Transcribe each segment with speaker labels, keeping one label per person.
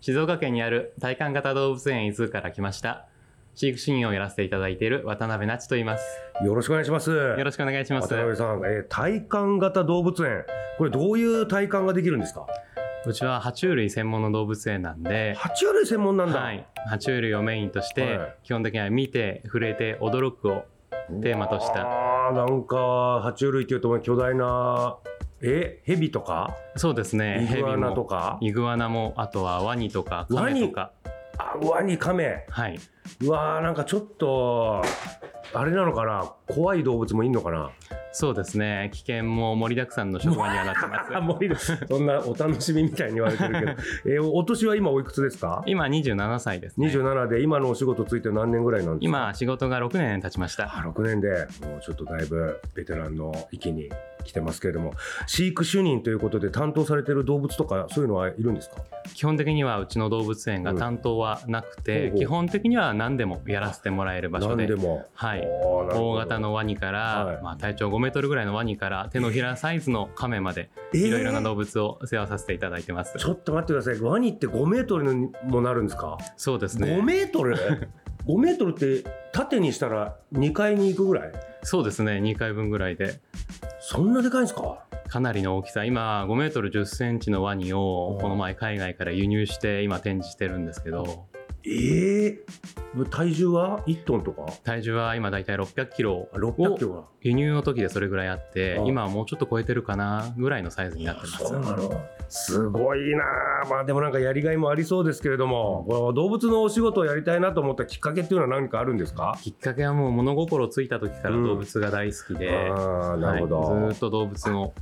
Speaker 1: 静岡県にある体感型動物園伊豆から来ました。飼育主任をやらせていただいている渡辺那智と言います。
Speaker 2: よろしくお願いしますよ
Speaker 1: よろしくお願いします。
Speaker 2: 渡辺さん、えー体感型動物園これどういう体感ができるんですか
Speaker 1: うちは爬虫類専門の動物園なんで、
Speaker 2: 爬虫類専門なんだ、
Speaker 1: はい、爬虫類をメインとして、
Speaker 2: はい
Speaker 1: 基本的には見て、触れて、驚くをテーマとした。
Speaker 2: あーなんか爬虫類っていうと巨大なえ蛇とか
Speaker 1: そうですね。
Speaker 2: イグアナと
Speaker 1: も、
Speaker 2: か
Speaker 1: イグアナも、あとはワニとか、カメとか。
Speaker 2: あワニカメ
Speaker 1: はい。
Speaker 2: うわーなんかちょっとあれなのかな怖い動物もいんのかな
Speaker 1: そうですね。危険も盛りだくさんの職場にはなってま
Speaker 2: あ
Speaker 1: す。
Speaker 2: もういいですそんなお楽しみみたいに言われてる けどえーお年は今おいくつですか
Speaker 1: 今27歳ですね。
Speaker 2: 27で今のお仕事ついて何年ぐらいなんですか
Speaker 1: 今、仕事が6年経ちました。
Speaker 2: あ6年でもうちょっとだいぶベテランの域に来てますけれども飼育主任ということで担当されてる動物とかそういうのはいるんですか
Speaker 1: 基本的にはうちの動物園が担当はなくて、
Speaker 2: うんほうほう
Speaker 1: 基本的には何でもやらせてもらえる場所
Speaker 2: 何
Speaker 1: で
Speaker 2: でも
Speaker 1: はい
Speaker 2: おーなるほど
Speaker 1: 大型のワニから、
Speaker 2: はい
Speaker 1: まあ、体長5メートルぐらいのワニから手のひらサイズのカメまで
Speaker 2: えー
Speaker 1: いろいろな動物を世話させていただいてます、
Speaker 2: ちょっと待ってくださいワニって5メートルにもなるんですか
Speaker 1: そうです
Speaker 2: 5
Speaker 1: ね
Speaker 2: メートル ?5 メートルって縦にしたら2階に行くぐらい
Speaker 1: そうですね2回分ぐらいで
Speaker 2: そんなでかいんですか
Speaker 1: かなりの大きさ今5メートル1 0センチのワニをこの前海外から輸入して今展示してるんですけど
Speaker 2: ええ体重は1トンとか
Speaker 1: 体重は今だいたい600キロを
Speaker 2: あ600キロが
Speaker 1: 輸入の時でそれぐらいあって
Speaker 2: ああ
Speaker 1: 今はもうちょっと超えてるかなぐらいのサイズになってます
Speaker 2: そうなのすごいなあまあでもなんかやりがいもありそうですけれども、この動物のお仕事をやりたいなと思ったきっかけっていうのは何かあるんですか、
Speaker 1: きっかけはもう物心ついた時から動物が大好きで、
Speaker 2: ああ
Speaker 1: は
Speaker 2: ないるほど、
Speaker 1: ずーっと動物の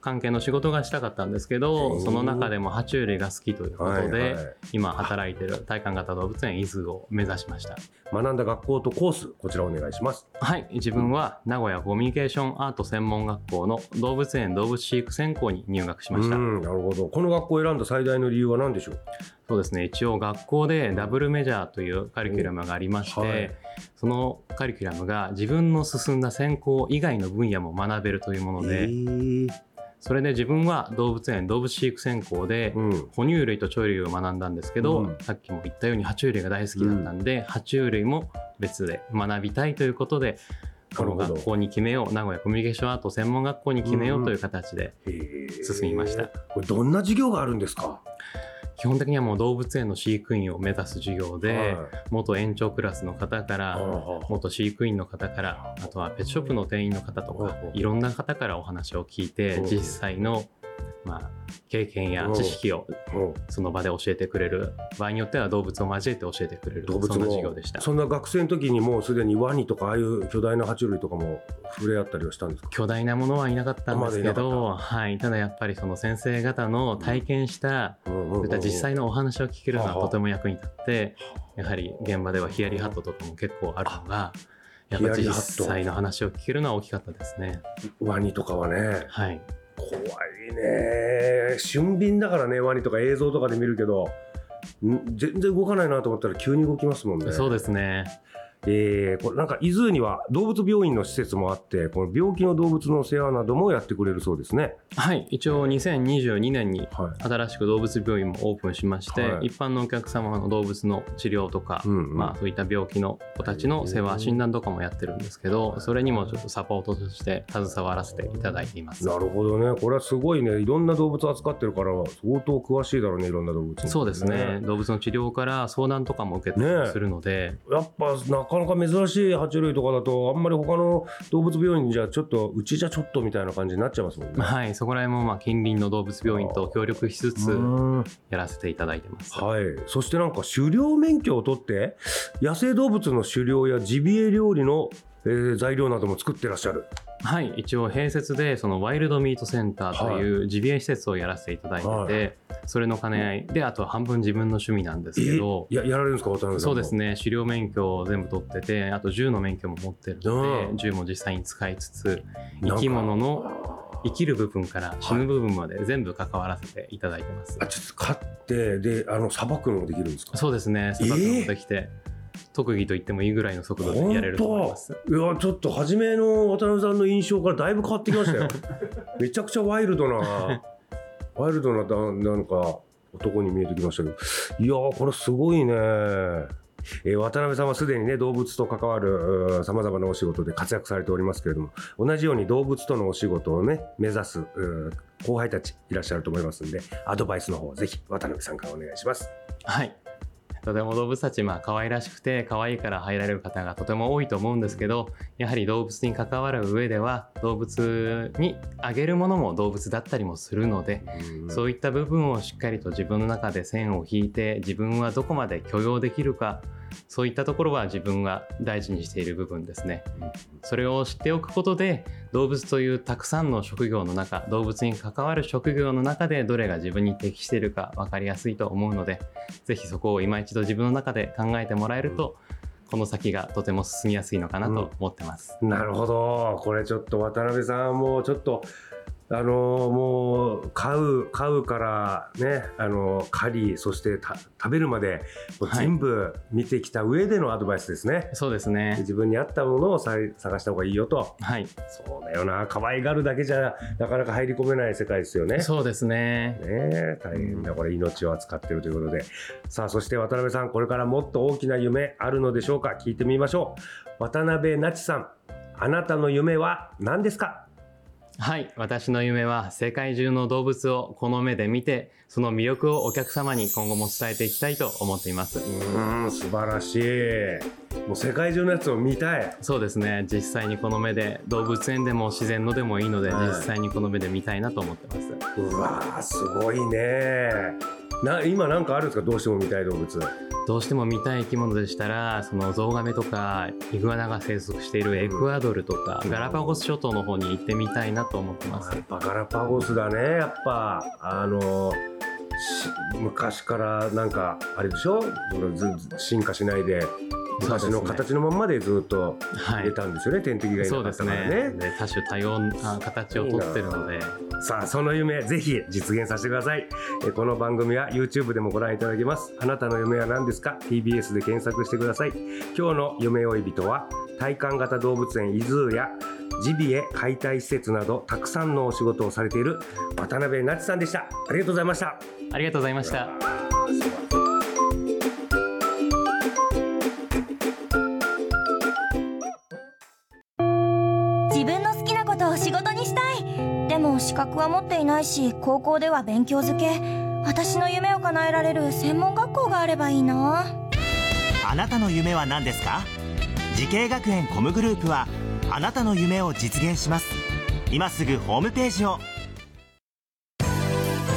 Speaker 1: 関係の仕事がしたかったんですけ
Speaker 2: へ
Speaker 1: ど
Speaker 2: ー
Speaker 1: その中でも爬虫類が好きということで、
Speaker 2: はいはい
Speaker 1: 今働いてる体感型動物園伊豆を目指しました
Speaker 2: 学んだ学校とコースこちらお願いします
Speaker 1: はい自分は名古屋コミュニケーションアート専門学校の動物園動物飼育専攻に入学しました、
Speaker 2: うんなるほどこの学校を選んだ最大の理由は何でしょう
Speaker 1: そうですね一応学校でダブルメジャーというカリキュラムがありまして、
Speaker 2: うんはい
Speaker 1: そのカリキュラムが自分の進んだ専攻以外の分野も学べるというもので、それで自分は動物園動物飼育専攻で、
Speaker 2: うん
Speaker 1: 哺乳類と鳥類を学んだんですけど、
Speaker 2: うん
Speaker 1: さっきも言ったように爬虫類が大好きだったんで、爬虫類も別で学びたいということでこの
Speaker 2: なるほど
Speaker 1: 学校に決めよう名古屋コミュニケーションアート専門学校に決めようという形で、進みまし
Speaker 2: へ
Speaker 1: た
Speaker 2: えこれどんな授業があるんですか
Speaker 1: 基本的にはもう動物園の飼育員を目指す授業で、
Speaker 2: はい
Speaker 1: 元園長クラスの方か
Speaker 2: あ
Speaker 1: ら
Speaker 2: ー
Speaker 1: 元飼育員の方からあとはペットショップの店員の方とか
Speaker 2: うん
Speaker 1: いろんな方からお話を聞いて
Speaker 2: うん
Speaker 1: 実際の、まあ、経験や知識を
Speaker 2: うん
Speaker 1: その場で教えてくれる場合によっては動物を交えて教えてくれる
Speaker 2: 動物も
Speaker 1: そんな授業でした
Speaker 2: そんな学生の時にもうすでにワニとかああいう巨大な爬虫類とかも触れ合ったりはしたんですか
Speaker 1: 巨大なものはいなかったんですけ
Speaker 2: あまだいな
Speaker 1: どはい、ただやっぱりその先生方の体験した、そういった実際のお話を聞けるのは
Speaker 2: はあはあ
Speaker 1: とても役に立ってやはり現場ではヒヤリハットとかも結構あるのがやっぱ
Speaker 2: ヒヤリハ
Speaker 1: 実
Speaker 2: ット
Speaker 1: 際の話を聞けるのは大きかったですね。
Speaker 2: ワニとかはね
Speaker 1: はい
Speaker 2: 怖いね俊敏だからねワニとか映像とかで見るけどん全然動かないなと思ったら急に動きますもんね
Speaker 1: そうですね。
Speaker 2: えーこれなんか伊豆には動物病院の施設もあってこの病気の動物の世話などもやってくれるそうですね。
Speaker 1: はい、一応2022年に
Speaker 2: は
Speaker 1: 新しく動物病院もオープンしまして、
Speaker 2: はい
Speaker 1: 一般のお客様の動物の治療とか、
Speaker 2: うんうん
Speaker 1: まあ、そういった病気の子たちの世話、診断とかもやってるんですけど、それにもちょっとサポートとして携わらせていただいています。
Speaker 2: なるほどねこれはすごいねいろんな動物扱ってるから相当詳しいだろうねいろんな動物に
Speaker 1: そうですね動物の治療から相談とかも受けたりもするので、
Speaker 2: やっぱなかなか珍しい爬虫類とかだとあんまり他の動物病院じゃちょっとうちじゃちょっとみたいな感じになっちゃいますもんね。
Speaker 1: はい、そこら辺もまあ近隣の動物病院と協力しつつ
Speaker 2: うん
Speaker 1: やらせていただいてます。
Speaker 2: はい、そしてなんか狩猟免許を取って野生動物の狩猟やジビエ料理の、えー材料なども作ってらっしゃる。
Speaker 1: はい、一応併設でそのワイルドミートセンターというジビエ施設をやらせていただいてて、
Speaker 2: は
Speaker 1: それの兼ね合いであとは半分自分の趣味なんですけど
Speaker 2: ややられるんですか渡辺さん
Speaker 1: そうです
Speaker 2: ね
Speaker 1: ね狩猟免許を全部取っててあと銃の免許も持ってるの
Speaker 2: う
Speaker 1: で
Speaker 2: ん
Speaker 1: 銃も実際に使いつつ生き物の生きる部分から死ぬ部分まで全部関わらせていただいてます、
Speaker 2: あちょっと飼ってであのさばくのもできるんですか
Speaker 1: そうですねさばくのもできて、特技と言ってもいいぐらいの速度でやれると思います
Speaker 2: いやちょっと初めの渡辺さんの印象からだいぶ変わってきましたよめちゃくちゃワイルドなワイルドなだなんか男に見えてきましたけどいやーこれすごいねえー渡辺さんはすでにね動物と関わるさまざまなお仕事で活躍されておりますけれども同じように動物とのお仕事をね目指すうー後輩たちいらっしゃると思いますんでアドバイスの方ぜひ渡辺さんからお願いします。
Speaker 1: はい。とても動物たち、まあ、可愛らしくて、可愛いから入られる方がとても多いと思うんですけど、やはり動物に関わる上では、動物にあげるものも動物だったりもするので、そういった部分をしっかりと自分の中で線を引いて、自分はどこまで許容できるか、そういったところは自分が大事にしている部分ですね。それを知っておくことで、動物というたくさんの職業の中、動物に関わる職業の中でどれが自分に適しているか分かりやすいと思うので、ぜひそこを今一度自分の中で考えてもらえると、この先がとても進みやすいのかなと思ってます。
Speaker 2: なるほど。これちょっと渡辺さんもうちょっと、あのーもう、買う、買うからね、あのー狩り、そしてた食べるまで、もう
Speaker 1: はい
Speaker 2: 全部見てきた上でのアドバイスですね。
Speaker 1: そうですね。
Speaker 2: 自分に合ったものをさい探した方がいいよと。
Speaker 1: はい。
Speaker 2: そうだよな。可愛がるだけじゃ、なかなか入り込めない世界ですよね。
Speaker 1: そうです
Speaker 2: ね
Speaker 1: ね。
Speaker 2: え、大変だ、これ、命を扱ってるということで。さあ、そして渡辺さん、これからもっと大きな夢あるのでしょうか聞いてみましょう。渡辺那智さん、あなたの夢は何ですか
Speaker 1: はい。私の夢は世界中の動物をこの目で見て、その魅力をお客様に今後も伝えていきたいと思っています。
Speaker 2: うーん、素晴らしい。もう世界中のやつを見たい。
Speaker 1: そうですね。実際にこの目で、動物園でも自然のでもいいので、
Speaker 2: はい
Speaker 1: 実際にこの目で見たいなと思ってます。
Speaker 2: うわー、すごいね。な今なんかあるんですかどうしても見たい動物。
Speaker 1: どうしても見たい生き物でしたらそのゾウガメとかイグアナが生息しているエクアドルとか、
Speaker 2: うん
Speaker 1: ガラパゴス諸島の方に行ってみたいなと思ってます、
Speaker 2: やっぱガラパゴスだねやっぱあのし昔からなんかあれでしょそのずず進化しないで昔の形のまんまでずっと
Speaker 1: は
Speaker 2: 出たんですよね、天敵がい
Speaker 1: そう
Speaker 2: なか
Speaker 1: で
Speaker 2: っ
Speaker 1: す
Speaker 2: たからね
Speaker 1: ねで多種多様な形をとってるので
Speaker 2: さあその夢ぜひ実現させてくださいえこの番組は YouTube でもご覧いただけますあなたの夢は何ですか TBS で検索してください今日の夢追い人は体感型動物園イズーやジビエ解体施設などたくさんのお仕事をされている渡辺那智さんでしたありがとうございました
Speaker 1: ありがとうございました
Speaker 3: 自分の好きなことを仕事にしたいでも資格は持っていないし高校では勉強づけ私の夢を叶えられる専門学校があればいいな
Speaker 4: あなたの夢は何ですか時系学園コムグループはあなたの夢を実現します今すぐホームページを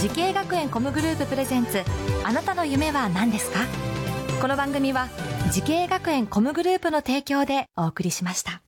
Speaker 5: 時系学園コムグループプレゼンツあなたの夢は何ですかこの番組は時系学園コムグループの提供でお送りしました